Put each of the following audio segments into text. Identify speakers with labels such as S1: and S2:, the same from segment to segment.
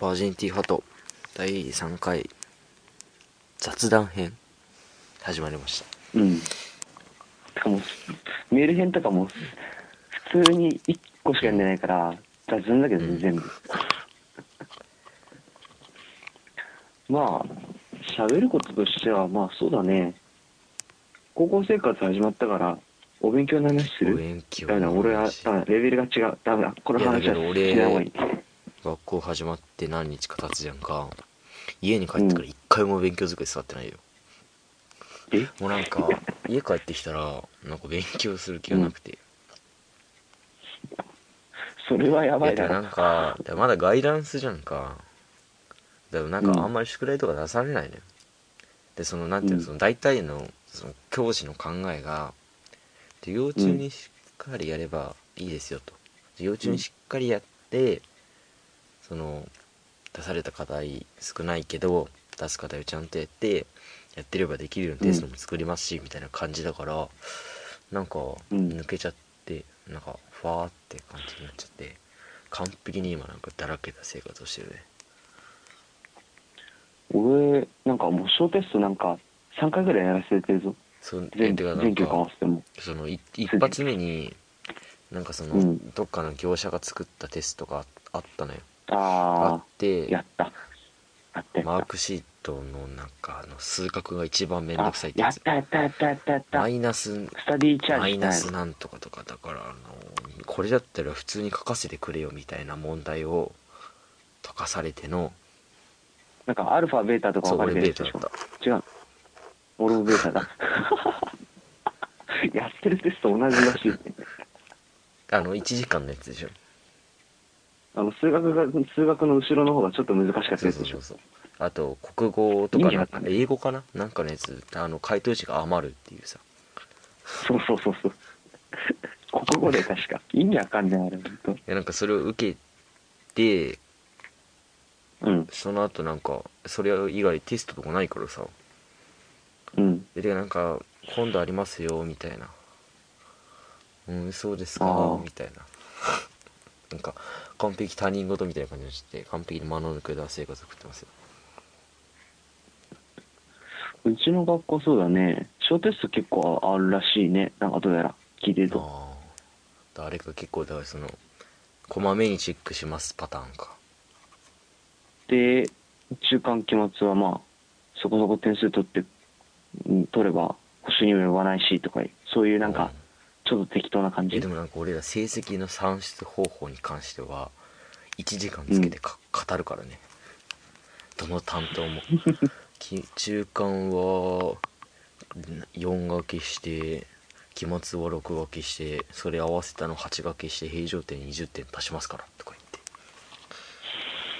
S1: バージンティーファト第3回雑談編始まりまし
S2: うん。しかも、メール編とかも、普通に1個しか読んでないから、雑談だけどね、
S1: うん
S2: 全部。まあ、喋ることとしては、まあそうだね。高校生活始まったから、お勉強の話す
S1: た。
S2: る
S1: 勉強
S2: ダメだ、俺は、ダメだ、レベルが違う。ダメだ、この
S1: い
S2: 話
S1: や
S2: は
S1: だけど俺
S2: しない方がいい。
S1: 学校始まって何日か経つじゃんか。家に帰ってから一回も勉強机座ってないよ。
S2: え
S1: もうなん か、家帰ってきたら、なんか勉強する気がなくて。
S2: それはや
S1: い
S2: ば
S1: や
S2: い
S1: だから
S2: な。
S1: なんか、だからまだガイダンスじゃんか。だからなん
S2: うん
S1: かあんまり宿題とか出されないのよ。で、その、なんていう
S2: う
S1: の、
S2: ん
S1: その大体の、その教師の考えが、授業中にしっかりやればいいですよと。授業中にしっかりやって、その、出された課題少ないけど、出す課題をちゃんとやって、やってればできるようなテストも作りますし、みたいな感じだから、なんか、
S2: ん
S1: 抜けちゃって、なんか、ファーって感じになっちゃって。完璧に今なんかだらけた生活をしてるね
S2: 俺、なんかもう小テストなんか、3回ぐらいやらせてるぞ。
S1: そうえ
S2: 全
S1: てかな
S2: 全
S1: ん
S2: 教科合
S1: か
S2: わせても。
S1: そのい一発目になんかその、
S2: うん
S1: どっかの業者が作ったテストがあったのよあ
S2: あ
S1: って
S2: あ、やった。やったやった。
S1: マークシートのなんかあの数学が一番めんどくさいって
S2: あや
S1: や
S2: っ
S1: つ
S2: たやったやったやったやった。
S1: マ
S2: ス
S1: イナス
S2: タディチャージ
S1: マイナス
S2: したい
S1: なんとかとかだからあのこれだったら普通に書かせてくれよみたいな問題を解かされての
S2: なんかアルファ、ベータとか
S1: そう
S2: 分か
S1: 俺
S2: れて
S1: ベ
S2: る
S1: ー
S2: や
S1: タ
S2: つで
S1: だった。
S2: しょ違う。俺もベータだ。 やってるテスト同じらしいね。
S1: あの1時間のやつでしょ
S2: あの、数学が、数学の後ろの方がちょっと難しかったやつ
S1: そう
S2: で
S1: そう
S2: し
S1: そ
S2: ょ
S1: う。そうあと国語とか
S2: 意味
S1: な
S2: わ
S1: ん
S2: か
S1: か
S2: んない
S1: 英語かななんかのやつあの回答値が余るっていうさ
S2: そうそうそうそう。国語で確か。意味わかんない、あれ、ほんと。
S1: いやなんかそれを受けて
S2: うん、
S1: その後なんかそれ以外テストとかないからさ
S2: うん。
S1: でなんか「今度ありますよ」みたいな「うんそうです
S2: あ
S1: か
S2: ー」
S1: みたいななんか完璧他人事みたいな感じにして完璧に間の抜けた生活を送ってますよ
S2: うちの学校そうだね。小テスト結構あるらしいね。なんかどうやら聞いてると。
S1: あああれが結構だからそのこまめにチェックしますパターンか
S2: で、中間期末はまあ、そこそこ点数取って、うん取れば、星にも呼ばないしとかいう、そういうなん
S1: う
S2: か、ちょっと適当な感じ。
S1: えでもなんか俺ら成績の算出方法に関しては1時間つけてか、語るからねどの担当 もき中間は4掛けして期末は6掛けしてそれ合わせたの8掛けして平常点20点足しますからとか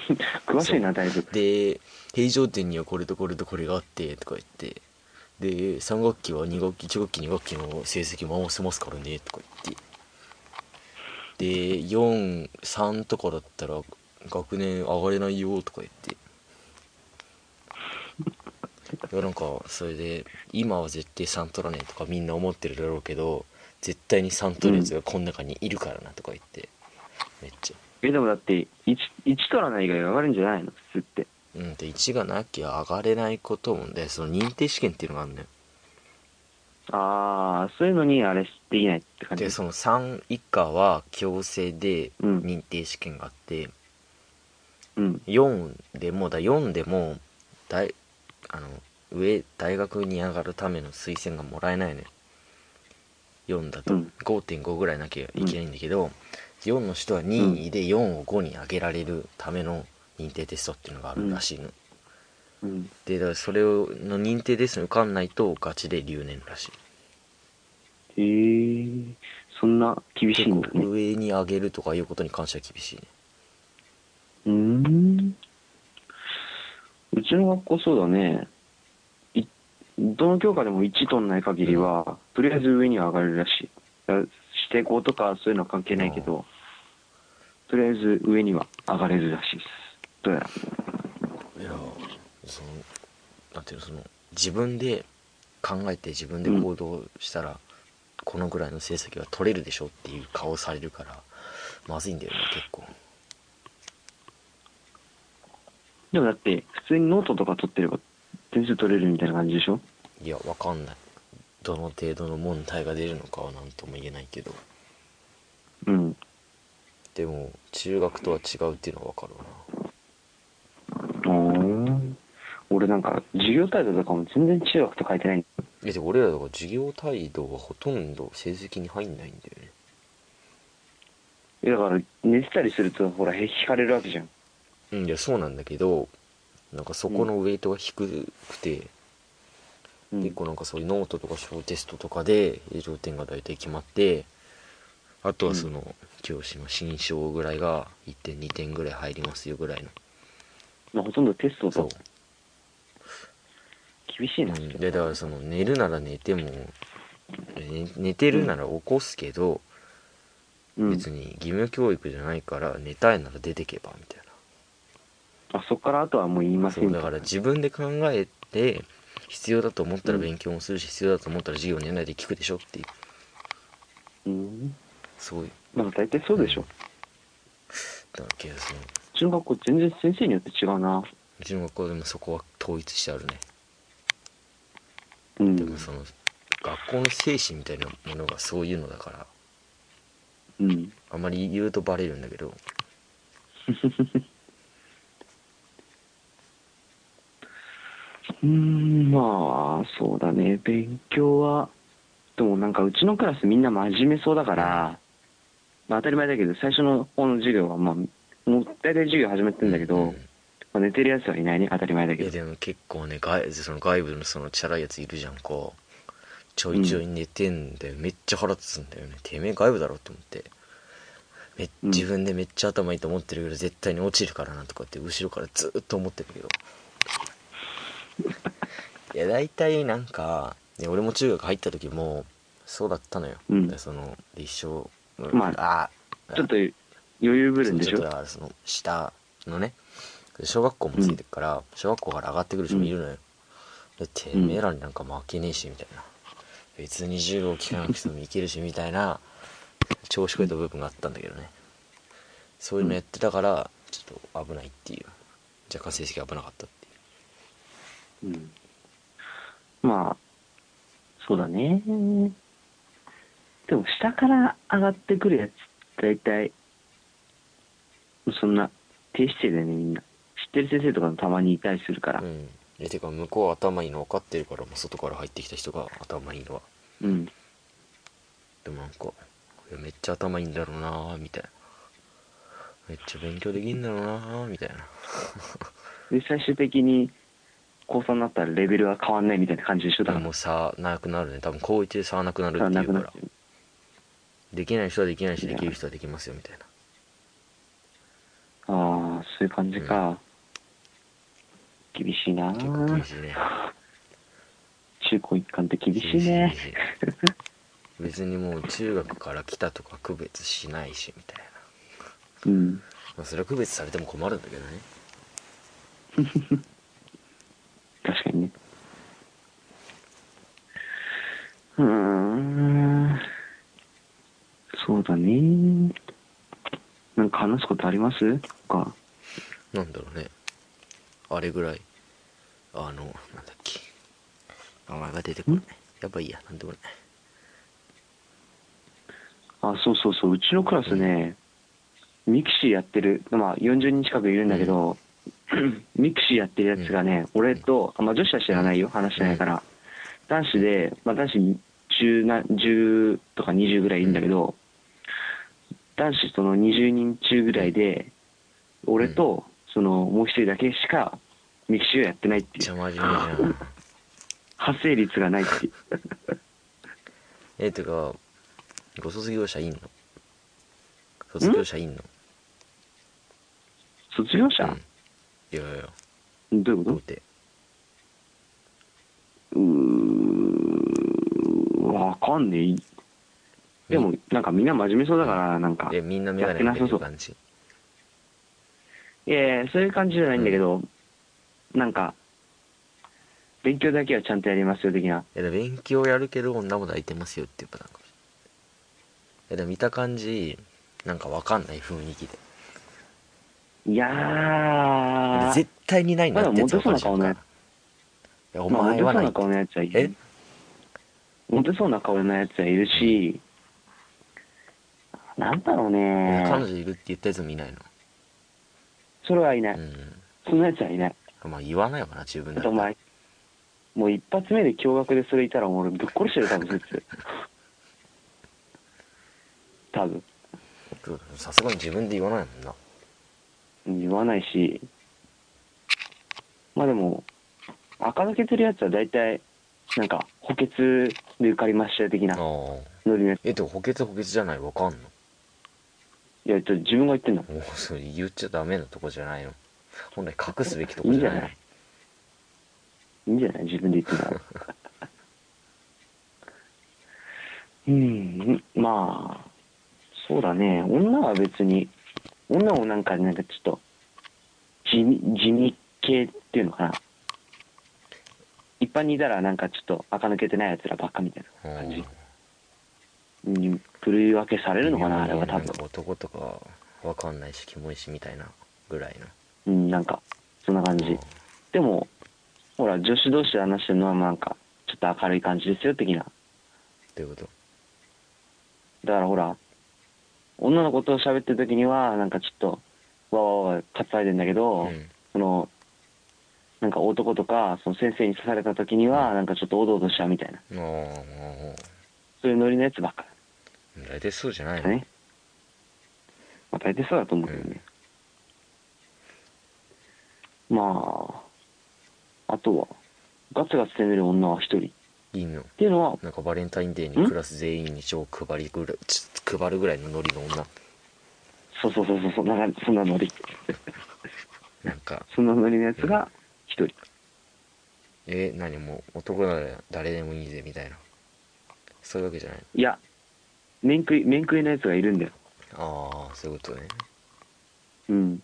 S1: 言って
S2: 詳しいな、だいぶ。
S1: で平常点にはこれとこれとこれがあってとか言ってで3学期は2学期1学期2学期の成績回せますからねとか言ってで43とかだったら学年上がれないよとか言っていやなんかそれで今は絶対3取らねえとかみんな思ってるだろうけど絶対に3取るやつがこの中にいるからなとか言って、めっちゃ。
S2: え、でもだって、1、一取らない以外上がるんじゃないの普通って。
S1: うん、で1がなきゃ上がれないこともでその認定試験っていうのがあるのよ
S2: ああ、そういうのにあれできないって感じ。
S1: でその3以下は強制で
S2: うん
S1: 認定試験があって、
S2: うん。
S1: 4でもだ4でも大あの上大学に上がるための推薦がもらえないのよ4だと
S2: うん
S1: 5.5ぐらいなきゃいけないんだけど、4の人は任意で4を5に上げられるための認定テストっていうのがあるらしいの、
S2: うん。
S1: でだからそれをの認定テストに受かんないとガチで留年らしい
S2: へえ、そんな厳しい
S1: 結
S2: ん
S1: 構
S2: だね。
S1: 上に上げるとかいうことに関しては厳しいね
S2: うーん。うちの学校そうだね。いどの教科でも1取んない限りは、とりあえず上には上がるらしい。だ指定校とかそういうのは関係ないけど、とりあえず上には上がれるらしいです。どうやら。
S1: いやそのなんていうのその自分で考えて自分で行動したら、このぐらいの成績は取れるでしょっていう顔されるからまずいんだよね結構
S2: でもだって、普通にノートとか取ってれば、点数取れるみたいな感じでしょ
S1: いやわかんないどの程度の問題が出るのかは何とも言えないけど
S2: うん。
S1: でも中学とは違うっていうのはわかるな
S2: 俺なんか、授業態度とかも全然中学と書いてない。
S1: えでも俺らだから授業態度はほとんど成績に入んないんだよね
S2: えだから、寝てたりすると、ほら、引かれるわけじゃん。
S1: うんいやそうなんだけどなんかそこのウェイトが低くて、
S2: うん
S1: 結構なんかそういうノートとか小テストとかで平常点が大体決まってあとはその、教師の新章ぐらいが1点2点ぐらい入りますよぐらいの
S2: まあ、ほとんどテスト
S1: そう
S2: と、厳しいな。
S1: うんでだからその寝るなら寝ても、ね寝てるなら起こすけど、
S2: うん
S1: 別に義務教育じゃないから寝たいなら出てけばみたい
S2: あそこからあとはもう言い
S1: な
S2: ませ
S1: そうんだから自分で考えて必要だと思ったら勉強もするし、必要だと思ったら授業にやらないで聞くでしょっていう
S2: うん
S1: そういう
S2: まあ大体そうでしょ、
S1: んだからけどその
S2: うちの学校全然先生によって違うな
S1: うちの学校でもそこは統一してあるね
S2: う
S1: でも
S2: ん
S1: その学校の精神みたいなものがそういうのだから
S2: うん
S1: あまり言うとバレるんだけど
S2: うんまあそうだね勉強はでもなんかうちのクラスみんな真面目そうだから、まあ、当たり前だけど最初の方の授業はまあもう大体授業始まってんだけど、
S1: うん
S2: まあ、寝てるやつはいないね当たり前だ
S1: い
S2: け
S1: や
S2: ど
S1: でも結構ね外その外部のそのチャラいやついるじゃんかちょいちょい寝てんだよ、めっちゃ腹立つんだよねてめえ外部だろって思ってめ
S2: うん
S1: 自分でめっちゃ頭いいと思ってるけど絶対に落ちるからなとかって後ろからずーっと思ってる けどいや大体なんかね俺も中学入った時もそうだったのよ、
S2: うん
S1: でその立証
S2: ま
S1: ああ
S2: ちょっと余裕ぶるんで
S1: ち
S2: し
S1: ょっと
S2: ょ
S1: だからその下のね小学校もついてるから、小学校から上がってくる人もいるのよ、でてめえらになんか負けねえしみたいな別に授業聞かなくてもいけるしみたいな調子こいた部分があったんだけどねそういうのやってたからちょっと危ないっていう若干成績が危なかったってい
S2: うんまあ、そうだね。でも、下から上がってくるやつ、大体、そんな、低姿勢だよね、みんな。知ってる先生とかもたまにいたりするから。
S1: ううんえてか向こうは頭いいの分かってるからもう外から入ってきた人が頭いいのは
S2: うん。
S1: でもなんかいやめっちゃ頭いいんだろうなーみたいなめっちゃ勉強できんだろうなーみたいな
S2: で、最終的に、高3になったらレベルは変わんないみたいな感じでしょ、
S1: で
S2: だ
S1: も
S2: か
S1: も
S2: ら。
S1: う差なくなるね多分高一で差なくなるって
S2: な
S1: いうか
S2: くなっ
S1: ら
S2: てる
S1: できない人はできないし
S2: い
S1: で
S2: や
S1: きる人はできますよみたいな
S2: ああ、そういう感じか。厳しいな
S1: 結構厳しいね
S2: 中高一貫って厳しいね
S1: 厳。しい別にもう中学から来たとか区別しないしみたいな、
S2: うん。
S1: まあ、それは区別されても困るんだけどね
S2: 確かにね。うーん。そうだね。なんか話すことありますか。
S1: なんだろうねあれぐらいあのなんだっけ名前が出てこない
S2: ん
S1: やばいいやなんでもない
S2: あ、そうそうそう。うちのクラスね、ミクシーやってる、まあ40人近くいるんだけど、ミクシーやってるやつがね、俺と、あまあ女子は知らないよ。話してないから。男子で、まあ男子10な、10とか20ぐらいいるんだけど、男子その20人中ぐらいで、俺と、その、もう一人だけしか、ミクシーをやってないって
S1: めっち
S2: い
S1: ゃ
S2: う。
S1: 真面目じゃん
S2: 発生率がないっていう。
S1: えてかご卒業者いんの卒業者いんの
S2: 卒業者、
S1: うんいやいやいや
S2: どういう
S1: どう
S2: こ
S1: って
S2: とうーわかんねえ。でも、なんかみんな真面目そうだから、なんか、
S1: えみんな眼鏡かけてる感じ
S2: いやいや、そういう感じじゃないんだけど、なんか、勉強だけはちゃんとやりますよ、的な。
S1: いやでも勉強やるけど女も抱いてますよっていうパターンかもしれないいやでも見た感じなんかわかんない雰囲気で
S2: いやー、な
S1: 絶対にないんだってやつ分かるじゃん
S2: まだモテそうな顔のや
S1: い
S2: つ
S1: やお
S2: まあモテ
S1: 前は
S2: そう
S1: ない
S2: な顔のやつはい
S1: え
S2: るモテそうな顔のやつはいるしなんだろう
S1: え彼
S2: ね
S1: 女いるって言ったやつもいないの
S2: それはいない、
S1: う
S2: そんなやつはいない
S1: んまあ言わないわな自分だ
S2: だってお
S1: ら
S2: 前もう一発目で驚愕でそれいたらもう俺ぶっ殺してる多分そいつ多分
S1: そうだねさすがに自分で言わないもんな
S2: 言わないしまあでも垢抜けてるやつは大体なんか補欠で受かりましたよ的な
S1: ああ
S2: ノリのやつ
S1: えでも補欠補欠じゃないわかんの
S2: いやちょっと自分が言ってんだ
S1: もうそれ言っちゃダメなとこじゃないの本来隠すべきとこじゃないの
S2: いいいいんじゃない自分で言ってたらうんまあそうだね女は別に女もなんかなんかちょっと地味地味系っていうのかな一般にいたらなんかちょっと垢抜けてないやつらばっかみたいな感じに振り分けされるのかなあれは多分
S1: なんか男とかわかんないしキモいしみたいなぐらいの
S2: うんなんかそんな感じでもほら女子同士で話してるのはなんかちょっと明るい感じですよ的な
S1: ということ
S2: だからほら、女の子と喋ってる時には、なんかちょっと、わわわわ、かつられてんだけど、
S1: うん
S2: その、なんか男とか、その先生に刺された時には、なんかちょっとおどおどしちゃうみたいな、
S1: ああ
S2: そういうノリのやつばっか
S1: 大体そうじゃない
S2: だ
S1: の、
S2: ね。まあ大体そうだと思うけどね。まあ、あとは、ガツガツ攻める女は一人っ
S1: いいの
S2: ていうのは、
S1: なんかバレンタインデーにクラス全員に賞を配りぐらいちょ配るぐらいのノリの女
S2: そうそうそうそうそう、なんかそんなノリ。
S1: なんか
S2: そんなノリのやつが一人。
S1: え何もう男なら誰でもいいぜみたいなそういうわけじゃない
S2: いや、面食い、面食いのやつがいるんだよ。
S1: ああそういうことね
S2: うん。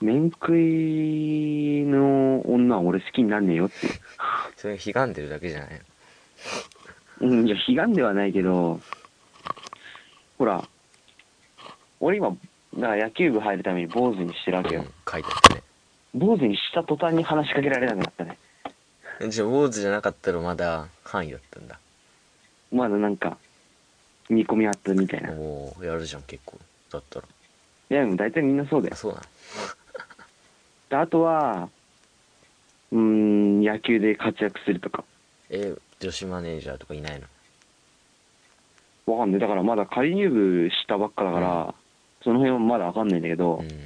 S2: 面食いの女は俺好きになんねえよって。
S1: それ悲願でるだけじゃない
S2: うん、いや、悲願ではないけど、ほら、俺今、だから野球部入るために坊主にしてるわけ
S1: う
S2: よ
S1: ん。書いてあったね
S2: 坊主にした途端に話しかけられなくなったね。
S1: じゃあ坊主じゃなかったらまだ範囲だったんだ
S2: まだなんか、見込みあったみたいな。い
S1: おおやるじゃん結構だったら
S2: や、でも大体みんなそうだよ
S1: あ。そうなの
S2: であとは、うーん、野球で活躍するとか。
S1: え女子マネージャーとかいないの
S2: わかんない。だからまだ仮入部したばっかだから、その辺はまだわかんないんだけど
S1: う、ーん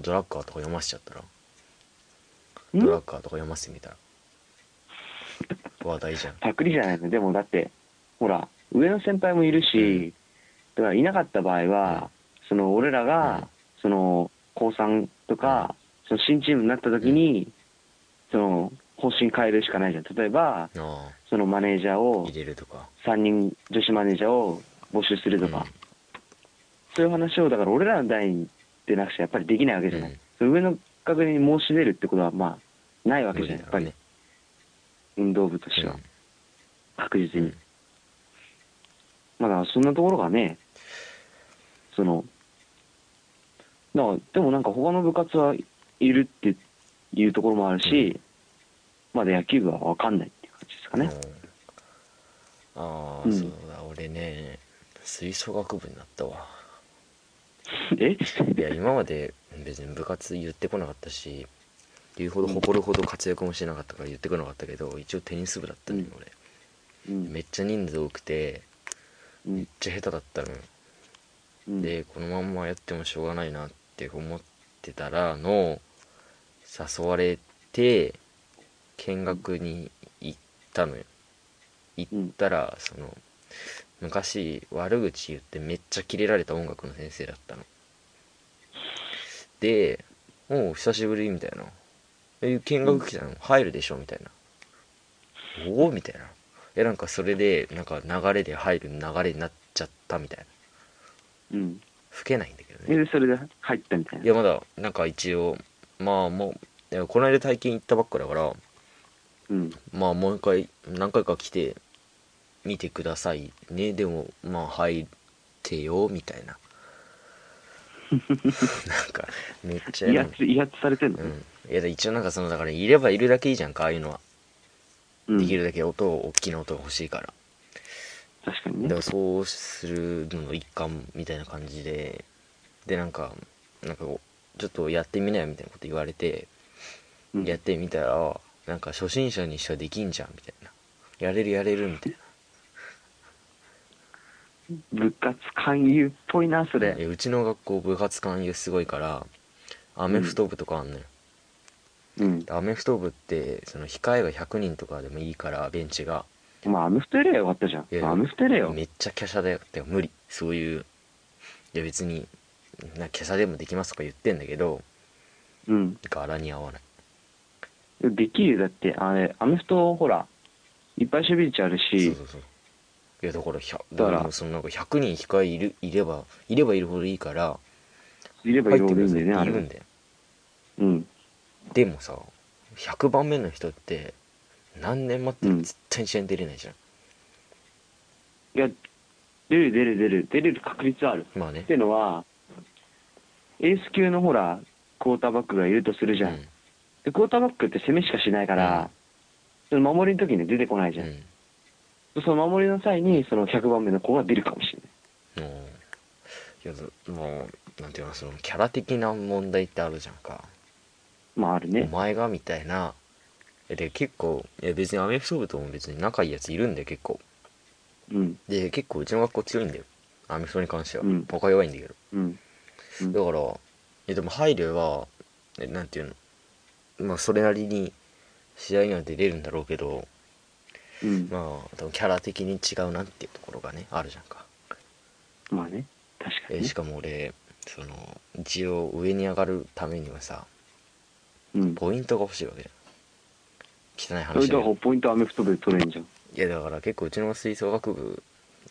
S1: ドラッカーとか読ませちゃったら
S2: ん
S1: ドラッカーとか読ませてみたら話題じゃん
S2: パクリじゃないの。でもだって、ほら、上の先輩もいるし、だからいなかった場合は、その俺らが、
S1: うん
S2: その、高3とか、その新チームになった時に、その、方針変えるしかないじゃん。例えば、
S1: あ
S2: そのマネージャー
S1: あ
S2: を
S1: 入、れるとか
S2: 3人、女子マネージャーを募集するとか、そういう話を、だから俺らの代でなくちゃやっぱりできないわけじゃない。
S1: うん
S2: その上の学年に申し出るってことは、まあ、ないわ
S1: うん
S2: け
S1: 無
S2: じゃ
S1: 理
S2: な
S1: だ
S2: い、や
S1: ろ
S2: っぱ
S1: う
S2: り、
S1: ね
S2: 運動部としては、
S1: う
S2: 確実
S1: ん
S2: に。まあだからそんなところがね、その、だからでもなんか他の部活はいるっていうところもあるし、まだ野球部は分かんないっていう感じですかね。
S1: うんああ、
S2: うん
S1: そうだ俺ね吹奏楽部になったわ
S2: え
S1: いや今まで別に部活言ってこなかったし言うほど誇るほど活躍もしてなかったから言ってこなかったけど一応テニス部だったのよ
S2: うん
S1: 俺、
S2: うん
S1: めっちゃ人数多くて
S2: うん
S1: めっちゃ下手だったのよ、
S2: うん
S1: でこのまんまやってもしょうがないなって思ってたらの誘われて見学に行ったのよ行ったらその昔悪口言ってめっちゃキレられた音楽の先生だったので「おう久しぶり」みたいな「え見学来たの入るでしょ」みたいな「おお」みたいなえなんかそれでなんか流れで入る流れになっちゃったみたいな
S2: うん。
S1: 吹けないんだけどね
S2: で、それで入ったみたい
S1: い
S2: な。
S1: やまだなんか一応まあもういやこの間体験行ったばっかだから
S2: うん。
S1: まあもう一回何回か来て見てくださいねでもまあ入ってよみたいななんかめっちゃ
S2: 威
S1: やる
S2: 圧威圧されてんの
S1: う、んいや一応なんかそのだからいればいるだけいいじゃんかああいうのは、
S2: うん
S1: できるだけ音を大きな音が欲しいから
S2: 確かに
S1: で
S2: ね
S1: もそうするのの一環みたいな感じででなんかなんかこうちょっとやってみなよみたいなこと言われて、
S2: うん
S1: やってみたらなんか初心者にしてはできんじゃんみたいなやれるやれるみたいな
S2: 部活勧誘っぽいなそ
S1: い
S2: れ
S1: やうちの学校部活勧誘すごいからアメフト部とかあんのよ、
S2: うん
S1: アメフト部ってその控えが100人とかでもいいからベンチが
S2: まあアメフトやれよ終わった
S1: い
S2: じゃ
S1: や
S2: んアメフトやれよ
S1: めっちゃ華奢だよってか無理そういういや別にな華奢でもできますとか言ってんだけど
S2: うん
S1: 柄に合わない
S2: できるよだってあれアメフトほらいっぱい守備位置ある
S1: そ
S2: し
S1: うそうそういやだから100
S2: だから
S1: もうそのなんか100人控えいるいればいればいるほどいいから
S2: いれば
S1: 入
S2: いる
S1: っ
S2: ほ
S1: て
S2: ど
S1: く
S2: いい
S1: だ
S2: ん
S1: さ
S2: だ
S1: い
S2: よ
S1: って言
S2: ねあれ
S1: うんだよ
S2: うん
S1: でもさ100番目の人って何年待っても絶対に試合に出れないじゃん、
S2: いや出る出る出る出れる確率ある
S1: まあね
S2: っていうのはエース級のほらクォーターバックがいるとするじゃん、
S1: うん
S2: でクォーターバックって攻めしかしないから、その守りの時に出てこないじゃん、
S1: うん
S2: その守りの際にその100番目の子が出るかもしれない
S1: もういやずもうなんていうのそのキャラ的な問題ってあるじゃんか
S2: まあある
S1: お
S2: ね
S1: 前がみたいなえで結構いや別にアメフト部とも別に仲いいやついるんだよ結構
S2: うん
S1: で結構うちの学校強いんだよアメフトに関しては、
S2: うん
S1: 他弱いんだけど
S2: うんうん
S1: だからえでも配慮はえなんていうのまあそれなりに試合には出れるんだろうけど
S2: うん
S1: まあ多分キャラ的に違うなっていうところがねあるじゃんか
S2: まあね確か
S1: え
S2: にね
S1: しかも俺その一応上に上がるためにはさ
S2: うん
S1: ポイントが欲しいわけじゃん汚い
S2: それ
S1: 話
S2: と
S1: だ
S2: は
S1: よ
S2: ポイントアメフト部で取れんじゃん
S1: いやだから結構うちの吹奏楽部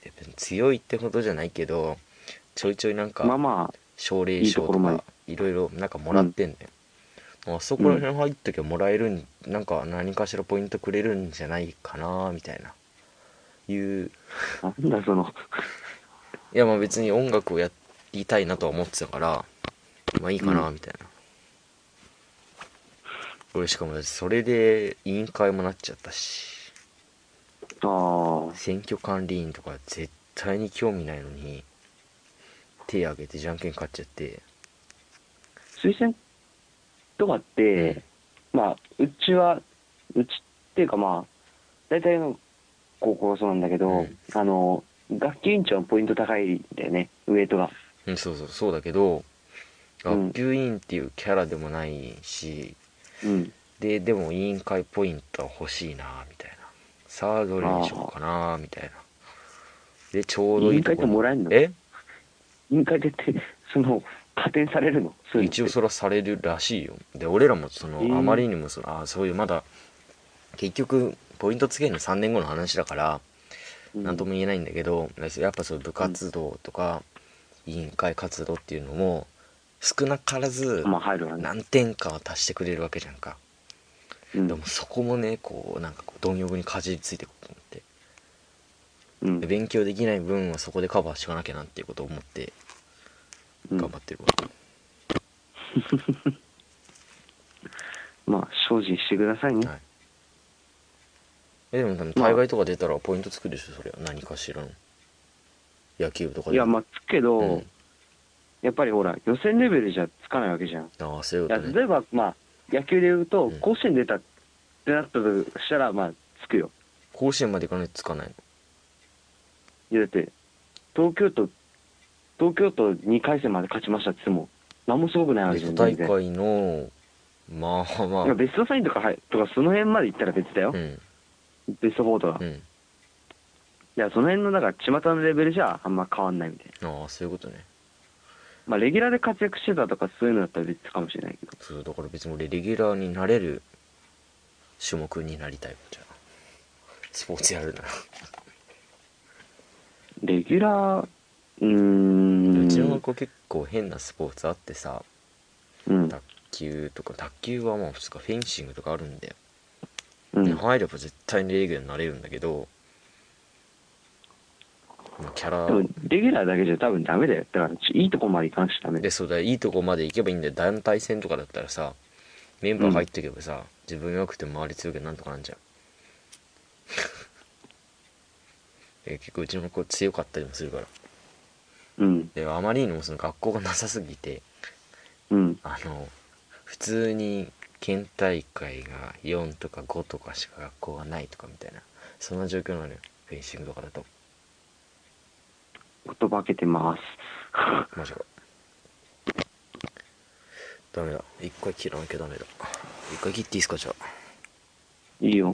S1: え強いってほどじゃないけどちょいちょいなんか、
S2: まあまあ
S1: 奨励賞
S2: いいとことろま
S1: かいろいろなんかもらってんだよ、あそこら辺入っときゃもらえるん、なんか何かしらポイントくれるんじゃないかなみたいないう
S2: なんだその
S1: いやまあ別に音楽をやりたいなとは思ってたからまあいいかな
S2: う
S1: みたいな、俺しかもそれで委員会もなっちゃったし
S2: ああ
S1: 選挙管理委員とか絶対に興味ないのに手挙げてじゃんけん勝っちゃって
S2: 推薦とかって、まあうちはうちっていうかまあ大体の高校はそうなんだけど、
S1: うん
S2: あの学級委員長はポイント高いんだよねウエイトが
S1: うん、そうそうそうだけど
S2: うん
S1: 学級委員っていうキャラでもないし、
S2: うん
S1: ででも委員会ポイントは欲しいなみたいなさあどれにしようかなみたいなでちょうどいいとこ
S2: 委員会ってもらえんの
S1: え
S2: 委員会でってその加点されるのそういうのって
S1: 一応それはされるらしいよで俺らもその、
S2: えー
S1: あまりにもそのあそういうまだ結局ポイントつけるの3年後の話だから
S2: うん
S1: 何とも言えないんだけど、やっぱそういう部活動とか委員会活動っていうのも少なからず
S2: まあ入るわね
S1: 何点かは足してくれるわけじゃんか、
S2: うん
S1: でもそこもねこうなんかこう貪欲にかじりついていこうと思って
S2: うん
S1: で勉強できない分はそこでカバーしていかなきゃなっていうことを思って
S2: うん
S1: 頑張ってるわ、
S2: まあ精進してくださいね、
S1: はいえでもでも大会とか出たらポイントつくでしょそれは何かしらの野球とか
S2: い、やまあつくけど、
S1: うん
S2: やっぱりほら予選レベルじゃつかないわけじゃん
S1: ああそういう
S2: い
S1: こ
S2: や
S1: とね
S2: 例えば、まあ、野球で言うと
S1: うん、
S2: 甲子園出たってなったとしたら、まあ、つくよ。
S1: 甲子園まで行かないとつかないの
S2: いやだって、東京都、東京都2回戦まで勝ちましたって言っても、何もすごくないわ
S1: で
S2: けじゃん、
S1: 大
S2: 全然
S1: 会のまあまあ
S2: いやベストサインとか、はい、とかその辺まで行ったら別だよ
S1: う、ん
S2: ベスト4とか。
S1: う
S2: い
S1: ん
S2: や、その辺の、だから、巷のレベルじゃあんま変わんないみたいな。
S1: ああそういうことね
S2: まあ、レギュラーで活躍してたとか、そういうのだったら別かもしれないけど。
S1: そうだから別に俺レギュラーになれる種目になりたいじゃあスポーツやるなら
S2: レギュラー、うー。
S1: うんちの学校結構変なスポーツあってさ
S2: うん。
S1: 卓球とか卓球はもう普通かフェンシングとかあるんだよ、
S2: うん。
S1: 入れば絶対にレギュラーになれるんだけどまあキ
S2: 多
S1: ャ
S2: 分レギュラーだけじゃ多分ダメだよだからいいとこまでいかんしダメ
S1: ラでそうだいいとこまで行けばいいんだよ団体戦とかだったらさメンバー入ってけばさ、自分弱くても周り強くてなんとかなんじゃん え結構うちの子強かったりもするから
S2: うん
S1: であまりにもその学校がなさすぎて
S2: うん
S1: あの普通に県大会が4とか5とかしか学校がないとかみたいなそんな状況なのよフェンシングとかだと
S2: 言葉けてます
S1: マジかダメだ一回切らなきゃダメだ一回切っていいっすかじゃあ
S2: いいよ